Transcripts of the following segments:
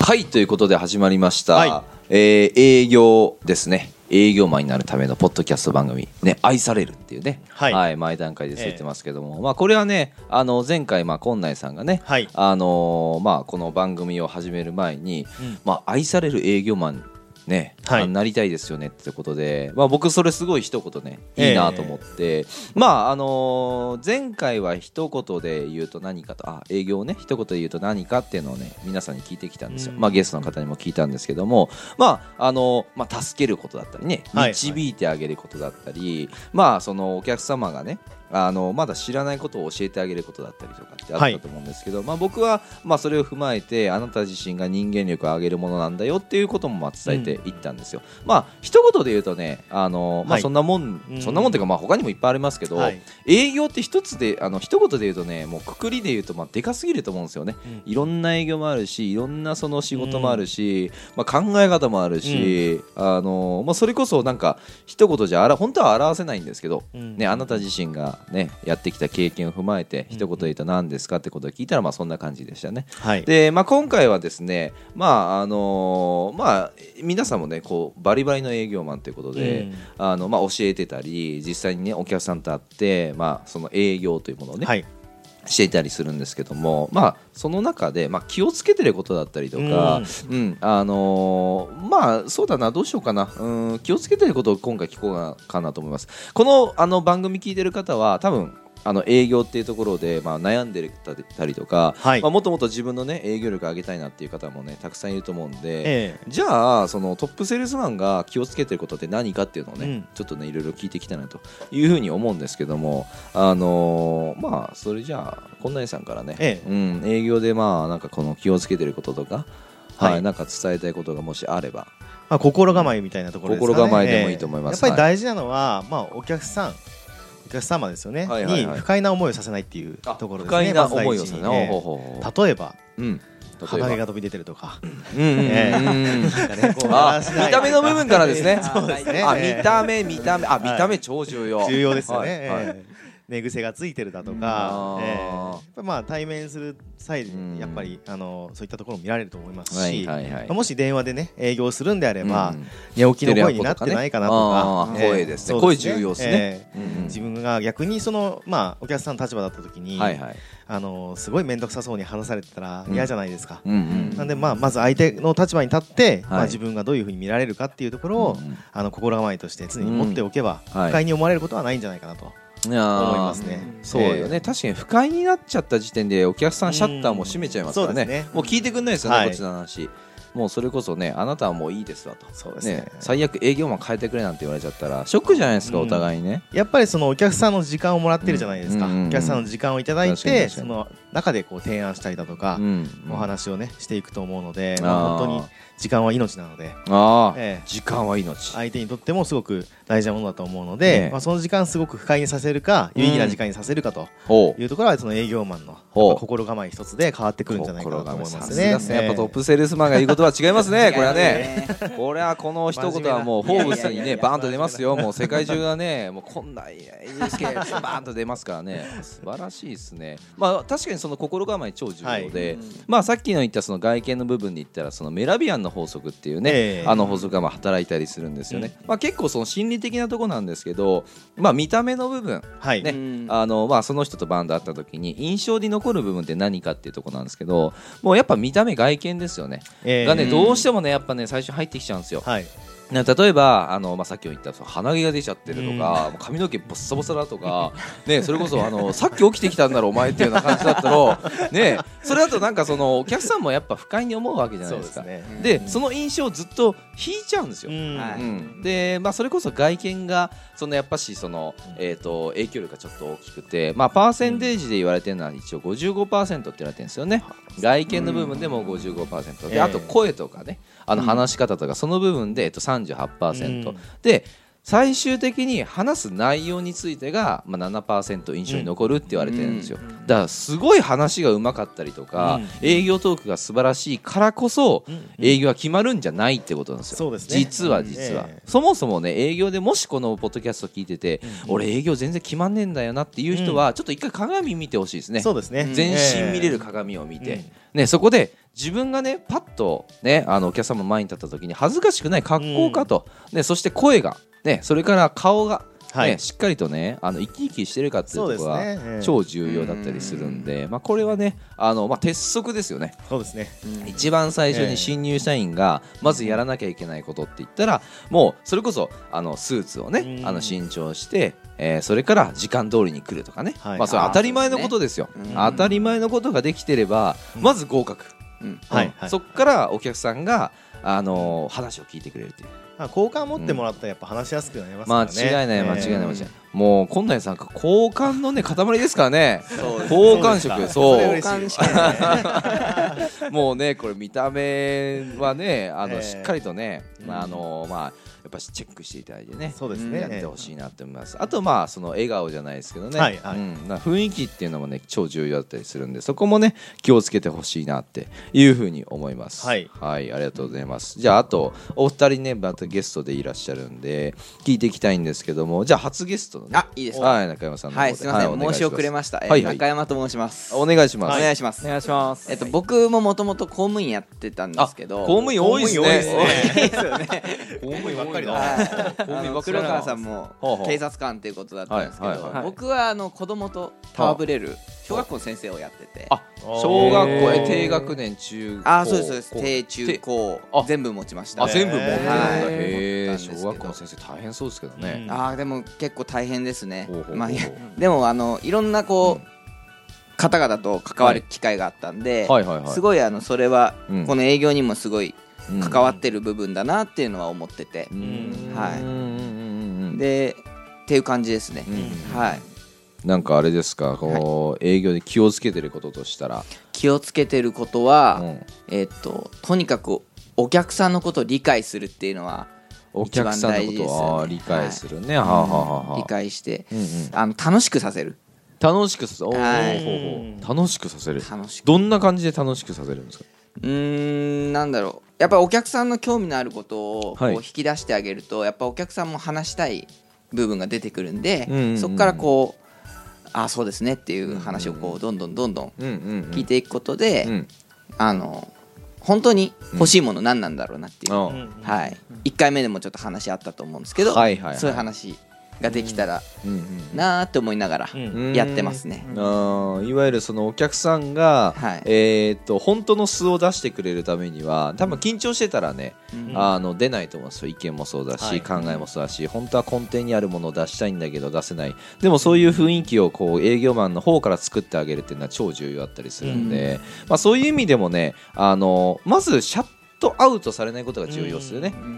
はいということで始まりました、はいえー営業ですね営業マンになるためのポッドキャスト番組「ね、愛される」っていうね、はい前段階で言ってますけども、まあ、これはねあの前回、まあ、近内さんがね、はいあのーまあ、この番組を始める前に、うんまあ、愛される営業マンね、はいあなりたいですよねってことで、まあ、僕それすごい一言ねいいなと思って、まああのー前回は一言で言うと何かとあ営業をね一言で言うと何かっていうのをね皆さんに聞いてきたんですよ、うんまあ、ゲストの方にも聞いたんですけども、まああのーまあ、助けることだったりねはい導いてあげることだったり、まあそのお客様がねあのまだ知らないことを教えてあげることだったりとかってあっはたいと思うんですけど、まあ、僕は、まあ、それを踏まえてあなた自身が人間力を上げるものなんだよっていうこともまあ伝えていったんですよ。まあ一言で言うとねあの、まあ、はいそんなもん、うんそんなもんっていうか、まあ、他にもいっぱいありますけど、はい営業って一つであの一言で言うとねもうくくりで言うと、まあ、でかすぎると思うんですよね。いろんな営業もあるしいろんなその仕事もあるし、まあ、考え方もあるし、あのまあ、それこそなんか一言じゃあら本当は表せないんですけど、うんね、あなた自身が、ね、やってきた経験を踏まえて一言で言うと何ですかってことを聞いたらまあそんな感じでしたね。はいで、まあ、今回はですね、まああのまあ、皆さんもねこうバリバリの営業マンということで、うんあのまあ、教えてたり実際に、ね、お客さんと会って、まあ、その営業というものをね、はいしていたりするんですけども、まあ、その中で、まあ、気をつけてることだったりとか、うんあのーまあそうだなどうしようかなうん気をつけてることを今回聞こうかなかなと思いますこのあの番組聞いてる方は多分あの営業っていうところで、まあ、悩んでたりとか、はいまあ、もっともっと自分の、ね、営業力上げたいなっていう方も、ね、たくさんいると思うんで、ええじゃあそのトップセールスマンが気をつけてることって何かっていうのをね、うんちょっとねいろいろ聞いてきたなというふうに思うんですけどもあのーまあそれじゃあこんなにさんからね、ええうん、営業でまあなんかこの気をつけてることとか、はいはいなんか伝えたいことがもしあればまあ、心構えみたいなところですかね心構えでもいいと思いますええやっぱり大事なのは、まあ、お客さんお客様ですよね、はいはいはいに不快な思いをさせないっていうとこ不ろですね快な思いをさませずな、第一にほうほうほうええ例えばうん鼻毛が飛び出てるとかうんうんうんうんえうん あ見た目の部分からですね そうですねあ見た目見た目あ見た目超重要重要ですよね、はいえはいえ寝癖がついてるだとうかん、ええやっぱまあ対面する際うんにやっぱり、あのそういったところも見られると思いますし、はいはいはいもし電話でね営業するんであれうば、ん寝起きの声になってないかなとあか、ーええ声ですねそう声重要ですねええうんうん自分が逆にその、まあ、お客さんの立場だった時に、はいはいあのすごい面倒くさそうに話されてたらうん嫌じゃないですか、うんうんなんで、まあ、まず相手の立場に立って、まはあ、い自分がどういうふうに見られるかっていうところを、うんうんあの心構えとして常に持っておけば、うんはい不快に思われることはないんじゃないかなといやー思いますね。そうよね、確かに不快になっちゃった時点でお客さんシャッターも閉めちゃいますからね,、うんそうですねもう聞いてくんないですよね、はいこっちの話もうそれこそねあなたはもういいですわとそうですね最悪営業マン変えてくれなんて言われちゃったらショックじゃないですか、うんお互いねやっぱりそのお客さんの時間をもらってるじゃないですか、うんうんうんお客さんの時間をいただい確かにて確かそにの中でこう提案したりだとか、うんお話をねしていくと思うので、あーまあ、本当に時間は命なのでああ、ええ時間は命相手にとってもすごく大事なものだと思うのえで、えまあ、その時間すごく不快にさせるかうん有意義な時間にさせるかとほういうところはその営業マンのやっぱほう心構え一つで変わってくるんじゃないかなと思いま心がすさすね。がっすねやっぱトッえプセールスマンが言うことは違いますねこれはね違うよねこれはこの一言はもう「フ真ォーブ面目なス」にいやいやねいやバーンと出ますよもう世界中がねもうこんなにすけバーンと出ますからね素晴らしいですねまあ確かにその心構え超重要で、はいまあさっきの言ったその外見の部分で言ったらそのメラビアンの法則っていうね、ええあの法則がまあ働いたりするんですよね、まあ結構その心理的なとこなんですけどまあ見た目の部分はい、ねうんあのまあ、その人とバンド会った時に印象に残る部分って何かっていうとこなんですけどもうやっぱ見た目外見ですよね、ええがねどうしてもねやっぱね最初入ってきちゃうんですよ、はい、ね例えばあの、まあ、さっきも言ったその鼻毛が出ちゃってるとか、髪の毛ボッサボサだとか、ね、それこそあの さっき起きてきたんだろお前っていうような感じだった の、ね、それだとなんかそのお客さんもやっぱ不快に思うわけじゃなそいうでですすかね。でその印象をずっと引いちゃうんですよ、うんはういん、で、まあ、それこそ外見がそのやっぱしそのうん、えー、と影響力がちょっと大きくて、まあ、パーセンテージで言われてるのは一応55%って言われてるんですよね、外見の部分でも55%で、ええあと声とかねあのうん話し方とかその部分で、えっと、38%、うんで最終的に話す内容についてが、まあ、7%印象に残るって言われてるんですよ、だからすごい話がうまかったりとか、うん営業トークが素晴らしいからこそ、うん営業は決まるんじゃないってことなんですよそうですね実は実は、ええそもそもね営業でもしこのポッドキャスト聞いてて、俺営業全然決まんねえんだよなっていう人は、ちょっと一回鏡見てほしいですねそうですね。全身見れる鏡を見て、うんね、そこで自分がねパッとねあのお客様の前に立った時に恥ずかしくない格好かと、ね、そして声が、ね、それから顔が、ねはいしっかりとねあの生き生きしてるかっていそううとこですろがね、ええ超重要だったりするんで、まあ、これはねあの、まあ、鉄則ですよねそうですね一番最初に新入社員がまずやらなきゃいけないことって言ったらもうそれこそあのスーツをねうんあの新調して、えーそれから時間通りに来るとかね、はいまあ、それは当たり前のことですよあーそうですね当たり前のことができてればうんまず合格、うんはいうんはいそこからお客さんが、あのー話を聞いてくれるっていうまあ好感持ってもらったらやっぱ話しやすくなりますか間らね違いない間違いない間違いえなえいもう今内さんが好感のね塊ですからねそうです好感色そそううですかれ嬉しいです ねもうね、これ見た目はね、あの、ええしっかりとね、うんまあ、あの、まあ、やっぱしチェックしていただいてね。そうですやってねほしいなって思います。あと、まあ、その笑顔じゃないですけどね。はいはいうん、な雰囲気っていうのもね、超重要だったりするんで、そこもね、気をつけてほしいなっていうふうに思います。はいありがとうございます。じゃあ、あと、お二人ね、またゲストでいらっしゃるんで、聞いていきたいんですけども、じゃあ、初ゲストのね。あいいですかはい、中山さんの方で。はいすいませんお願申しし遅れましたえーはいはい中山と申しますお願いしまおす。願いしますお願いしますえっと僕ももともと公務員やってたんですけど公務員多いです公務員多いね。っすね多いですよね公務員ばっかりだはい 公務員ばっかり黒川さんもほうほう警察官ということだったんですけはいはいはどい僕はあの子供と戯れる小学校の先生をやっててあ小学校へーえ低学年中高あそうですそうです高低中高あ全部持ちましたあ全部持ってるんだはいへ持えったんですけど小学校の先生大変そうですけどねうんあーでも結構大変ですねほうほうほうまあいやでもあのいろんなこう、方々と関わる機会があったんで、はいはいはいすごいあのそれは、うんこの営業にもすごいうん関わってる部分だなっていうのは思っててう、んはいうんうんうんうんでっていう感じですねう、んはいなんかあれですかこう営業で気をつけてることとしたら気をつけてることは、うんえっととにかくお客さんのことを理解するっていうのはお客さんのこ一番大事ですとよねをあー理解するねはあはあはあは理あ解して、うんうんあの楽しくさせる楽しくさおはいーほうほう楽しくさせる楽しくどんな感じで楽しくさせるんですかうーんなんだろうやっぱお客さんの興味のあることをこうはい引き出してあげると、やっぱお客さんも話したい部分が出てくるんで、うんうんうんそこからこうああそうですねっていう話をこうどんどんどんどんうんうん聞いていくことで、うんあの本当に欲しいもの何なんだろうなっていう、あうんはい、1回目でもちょっと話あったと思うんですけど、はいはいはいそういう話ができたらうんうんなーって思いながらうんうんやってますね。あーいわゆるそのお客さんが、はいえーっと本当の素を出してくれるためには多分緊張してたらね、うんあの出ないと思うんですよ意見もそうだし、はい考えもそうだし本当は根底にあるものを出したいんだけど出せないでもそういう雰囲気をこう営業マンの方から作ってあげるっていうのは超重要だったりするんで、まあ、そういう意味でもねあのまずシャットアウトされないことが重要ですよね、ううん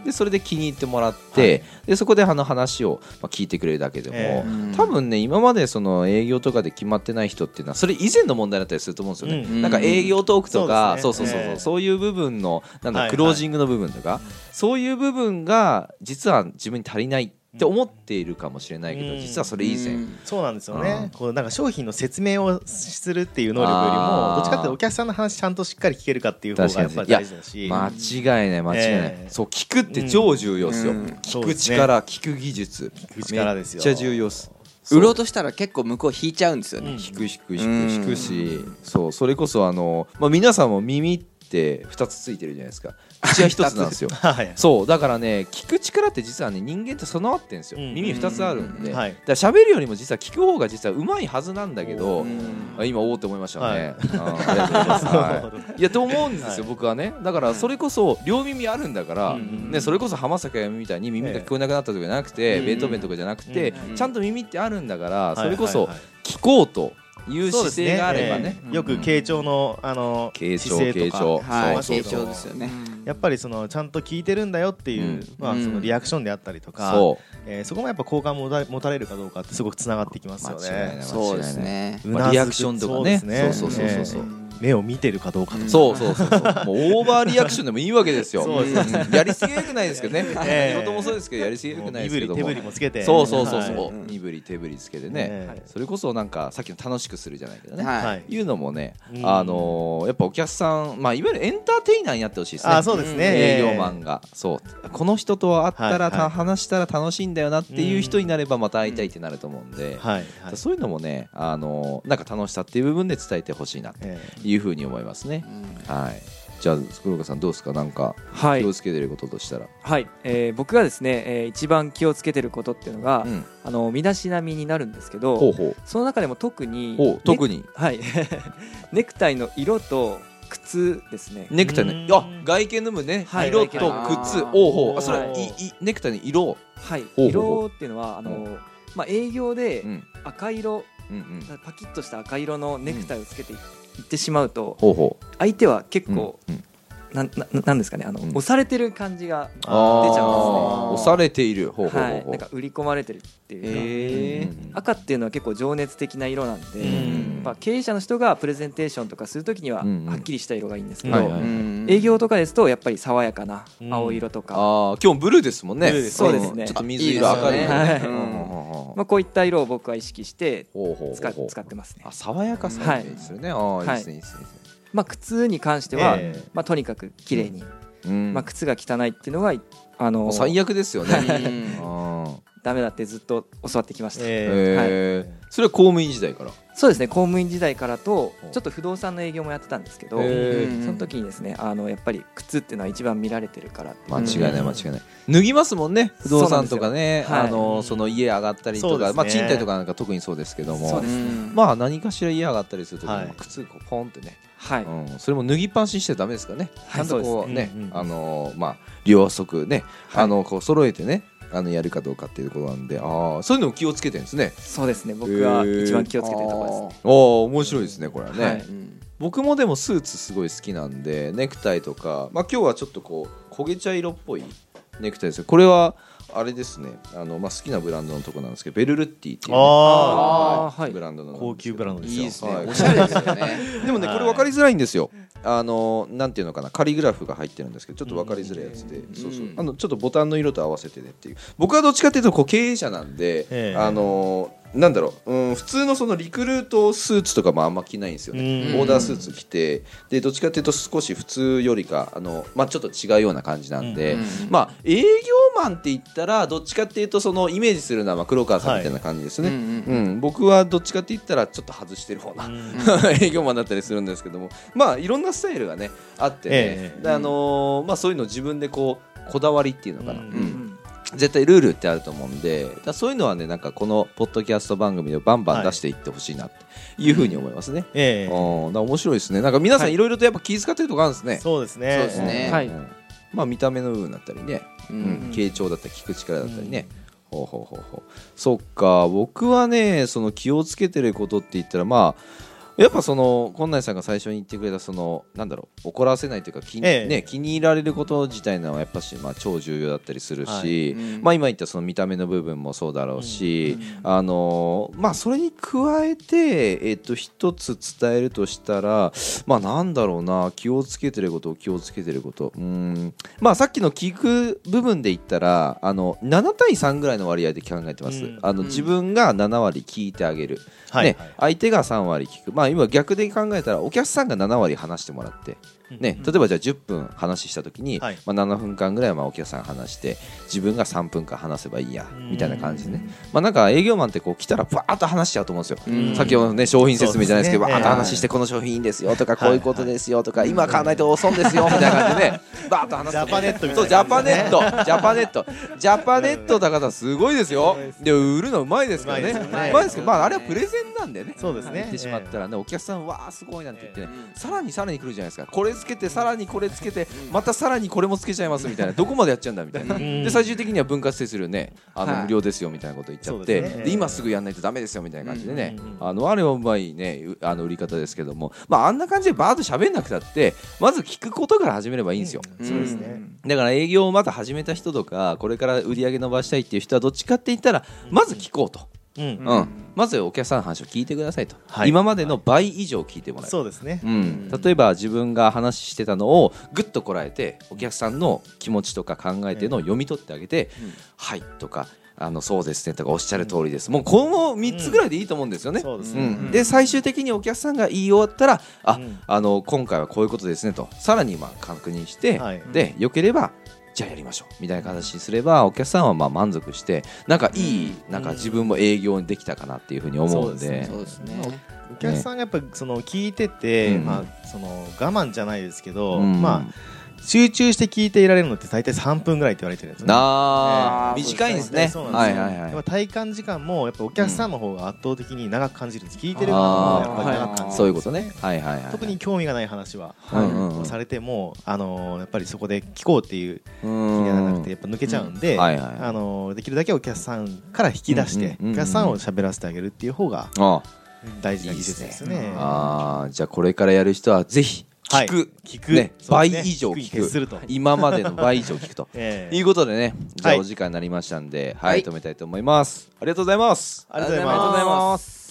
んでそれで気に入ってもらって、でそこであの話をまあ聞いてくれるだけでも、ええ多分ね今までその営業とかで決まってない人っていうのはそれ以前の問題だったりすると思うんですよね、うんなんか営業トークとか、そそううですそねうそうそう、ええそういう部分のなんはいはだクいロージングの部分とか、そういう部分が実は自分に足りないって思っているかもしれないけど、うん実はそれ以前、うんそうなんですようんね、こうなんか商品の説明をするっていう能力よりあーもどっちかっていうとお客さんの話ちゃんとしっかり聞けるかっていう方がやっぱり大事だし間違いない間違いない、ええそう聞くって超重要ですよ、うん聞く力、聞く技術く力ですよめっちゃ重要です売ろうとしたら結構向こう引いちゃうんですよね。引く引く引くうん引くし、そうそれこそあの、まあ、皆さんも耳って2つついてるじゃないですか口は1つなんですよはいそうだからね聞く力って実はね人間って備わってんですよ、うん耳2つあるんで、はいだから喋るよりも実は聞く方が実はうまいはずなんだけど、うんあ今おおって思いましたね、はいあーありがとうございます、 そうはい、いやと思うんですよ、はい僕はねだからそれこそ両耳あるんだから、うんうんね、それこそ浜坂やみみたいに耳が聞こえなくなったとかじゃなくて、ええベートーベンとかじゃなくて、うんうんちゃんと耳ってあるんだから、はいそれこそはいはい聞こうというそ姿うです勢があればね、ええよく傾聴のあの傾聴姿勢とか傾聴はい、そう成そうそう長ですよね。やっぱりそのちゃんと聞いてるんだよっていう、うんまあ、そのリアクションであったりとか、そえーそこもやっぱ好感持た持たれるかどうかってすごくつながってきますよ間違いないね。そうですね。う、まあ、うなずくリアクションとかねそうですそうそうそうそう、ええ目を見てるかどうかとかそうそうそうそうもうオーバーリアクションでもいいわけですよそうですうんやりすぎよくないですけどね、 ええ仕事もそうですけどやりすぎよもうくない身ですけ振りど手も振りもつけてそうそうそうそう、はい身振り手振りつけてね、ええそれこそなんかさっきの楽しくするじゃないけどね、、はいはいうのもね、うんあのーやっぱお客さん、まあ、いわゆるエンターテイナーになってほしいですねあそうですね、営業マンが、そうこの人と会ったら、はいはい話したら楽しいんだよなっていう人になればまた会いたいってなると思うんで、えーはいはいそういうのもね、あのーなんか楽しさっていう部分で伝えてほしいなってえーいうふうに思いますね。はい。じゃあ黒川さんどうですかなんかは気いを、つけてることとしたら。はいえー僕がですね、えー一番気をつけてることっていうのが、うん。あの身だしなみになるんですけどほうほう。その中でも特にほう特に、にはい ネクタイの色と靴ですねネクタイうね。んあ外見の部ね。はい色外と見靴。あーおうほう。あそれはいいいネクタイの色。はいほうほうほ色っていうのはあの、まあ、営業でうん赤色、うんうん。パキッとした赤色のネクタイをつけていってしまうとほうほう。相手は結うん構、うんなんななんですかねあの、うん押されてる感じが、あー出ちゃうんですね押されている。ほうほうはほうい、ほなんうか。売り込まれてるっていうか、えーうん赤っていうのは結構情熱的な色なんで、んやっぱ経営者の人がプレゼンテーションとかするときにはうんうんはっきりした色がいいんですけはいど、はい営業とかですとやっぱり爽やかなうん青色とか、ああ今日ブルーですもんね。ブルーですそうですねんちょっと水色あいい明るいですね。よねはいうんうんうんうんまあ、こういった色を僕は意識してほうほう使ほうほう使ってますねあ、爽やかさをイメージするね。ああいいですねいいですねいいですね。まあ、靴に関しては、ええまあ、とにかく綺麗に、うんまあ、靴が汚いっていうのがあものう最悪ですよね。 あダメだってずっと教わってきました、ええーそれは公務員時代から。そうですね公務員時代からとほうちょっと不動産の営業もやってたんですけど、へーその時にですねあのやっぱり靴っていうのは一番見られてるからっていう間違いない間違いうんない。脱ぎますもんね。不動産とかね、そうなあんですよはのいその家上がったりそとうですか、ねまあ賃貸とかなんか特にそうですけどもそうで。すねまあ何かしら家上がったりするときはいに靴こうポンってね、はい、うん、それも脱ぎっぱなしにしちゃダメですからね、はいちゃんとこうそうでねすねうんうんあのーまあ両足ね、はいあのこう揃えてねあのやるかどうかっていうことなんでああそういうのも気をつけてるんですねそうですね僕は一番気をつけてるところですねああ面白いですねこれはね、はい僕もでもスーツすごい好きなんでネクタイとか、まあ、今日はちょっとこう焦げ茶色っぽいネクタイですけどこれはあれですねあの、まあ、好きなブランドのとこなんですけどベルルッティっていうね、あーはいブランドのなんですけど高級ブランドですよいいですねはいおし ゃれですよねでもねはこいれ分かりづらいんですよあのなんていうのかなカリグラフが入ってるんですけどちょっと分かりづらいやつで、んそうそううんあのちょっとボタンの色と合わせてねっていう僕はどっちかっていうとこう経営者なんで、ええあのなんだろう、うん、普通のそのリクルートスーツとかもあんま着ないんですよねうんオーダースーツ着てでどっちかっていうと少し普通よりかあの、まあ、ちょっと違うような感じなんで、うんまあ、営業マンって言ったらどっちかっていうとそのイメージするのはまあ黒川さんみたいな感じですね、はいうんうん僕はどっちかって言ったらちょっと外してる方な、 営業マンだったりするんですけどもまあいろんなスタイルがねあってね、ええであのーまあ、そういうの自分でこうこだわりっていうのかな、うんうん絶対ルールってあると思うんでだからそういうのはねなんかこのポッドキャスト番組でバンバン出していってほしいなっていうふうに思いますね。ええああ、だから面白いですね。なんか皆さはんいいろいろとやっぱ気遣ってるとこあるんですね。そうですねそうですねうんはいまあ見た目の部分だったりね、ううんん傾聴だったり聞く力だったりね。ほうほうほうほう。そっか、僕はね、その気をつけてることって言ったら、まあ。やっぱその近内さんが最初に言ってくれたそのなんだろう怒らせないというか気,、ええね、気に入られること自体のはやっぱし、まあ、超重要だったりするし、はいうんまあ、今言ったその見た目の部分もそうだろうし、あのーまあ、それに加えて、えっと一つ伝えるとしたら、まあ、なんだろうな気をつけてること気をつけてることうーん、まあ、さっきの聞く部分で言ったらあの7対3ぐらいの割合で考えてます、うんあのうん自分が7割聞いてあげる、はいね、相手が3割聞く、まあ、今逆で考えたらお客さんが7割話してもらって、ね、例えばじゃあ10分話した時に、はいまあ、7分間ぐらいはまあお客さん話して自分が3分間話せばいいやうんみたいな感じでね、まあ、なんか営業マンってこう来たらバーッと話しちゃうと思うんですよ、うん先ほどの、ね、商品説明じゃないですけどそうですバーッねと話してこの商品いいんですよとかこういうことですよとかはい今買わないと損ですよ みたいな感じでねバーッと話すジャパネットみたいなそうジャパネットジャパネットジャパネットだからすごいですよで売るのうまいですからねうまいですよねうまいですけど、まあ、あれはプレゼンなんでねそうですね言ってしまったらねお客さんわあすごいなんて言ってねええさらにさらに来るじゃないですかこれつけてさらにこれつけてまたさらにこれもつけちゃいますみたいなどこまでやっちゃうんだみたいなうんで最終的には分割手数料ねあはのい無料ですよみたいなこと言っちゃっそてうですねで今すぐやんないとダメですよみたいな感じでねうんうんうんあのあれはうまいねうあの売り方ですけどもまああんな感じでバーッと喋んなくたってまず聞くことから始めればいいんですよ。うんそうですねだから営業をまだ始めた人とかこれから売り上げ伸ばしたいっていう人はどっちかって言ったらまず聞こうと、うんうんまずお客さんの話を聞いてくださいと、はい今までの倍以上聞いてもらえるそうですねうん、例えば自分が話してたのをぐっとこらえてお客さんの気持ちとか考えてのを読み取ってあげて「うんはい」とか「あのそうですね」とか「おっしゃる通りです」もうこの3つぐらいでいいと思うんですよね。そうですうねん、で最終的にお客さんが言い終わったら「あ、うんあの今回はこういうことですね」とさらにまあ確認して、はいでよければじゃあやりましょうみたいな形にすればお客さんはまあ満足してなんかいい、なんか自分も営業にできたかなっていうふうに思うんでそうですねそうですねお客さんがやっぱその聞いてて、うんまあ、その我慢じゃないですけど、うんまあ、集中して聞いていられるのって大体3分ぐらいって言われてるんですよねなあ、ね短いんですね。大体そうなんはいですよはいはい。やっぱ体感時間もやっぱお客さんの方が圧倒的に長く感じるんです聞いてる方がやっぱり長く感じるんですよそういうことね。はいはいはい。特に興味がない話は、はいうんうんされても、あのーやっぱりそこで聞こうっていう気気ににならなくてやっぱ抜けちゃうんで、はいはいあのーできるだけお客さんから引き出して、うんうんうんうんお客さんを喋らせてあげるっていう方があ大事な技術ですね。いいですねあーじゃあこれからやる人はぜひ聞はくい、聞く、ねそう倍ですね以上聞くに徹す聞るくと、今までの倍以上聞くと ええいうことでねじゃあはいお時間になりましたんでははいい止めたいと思いますありがとうございますありがとうございますありがとうございます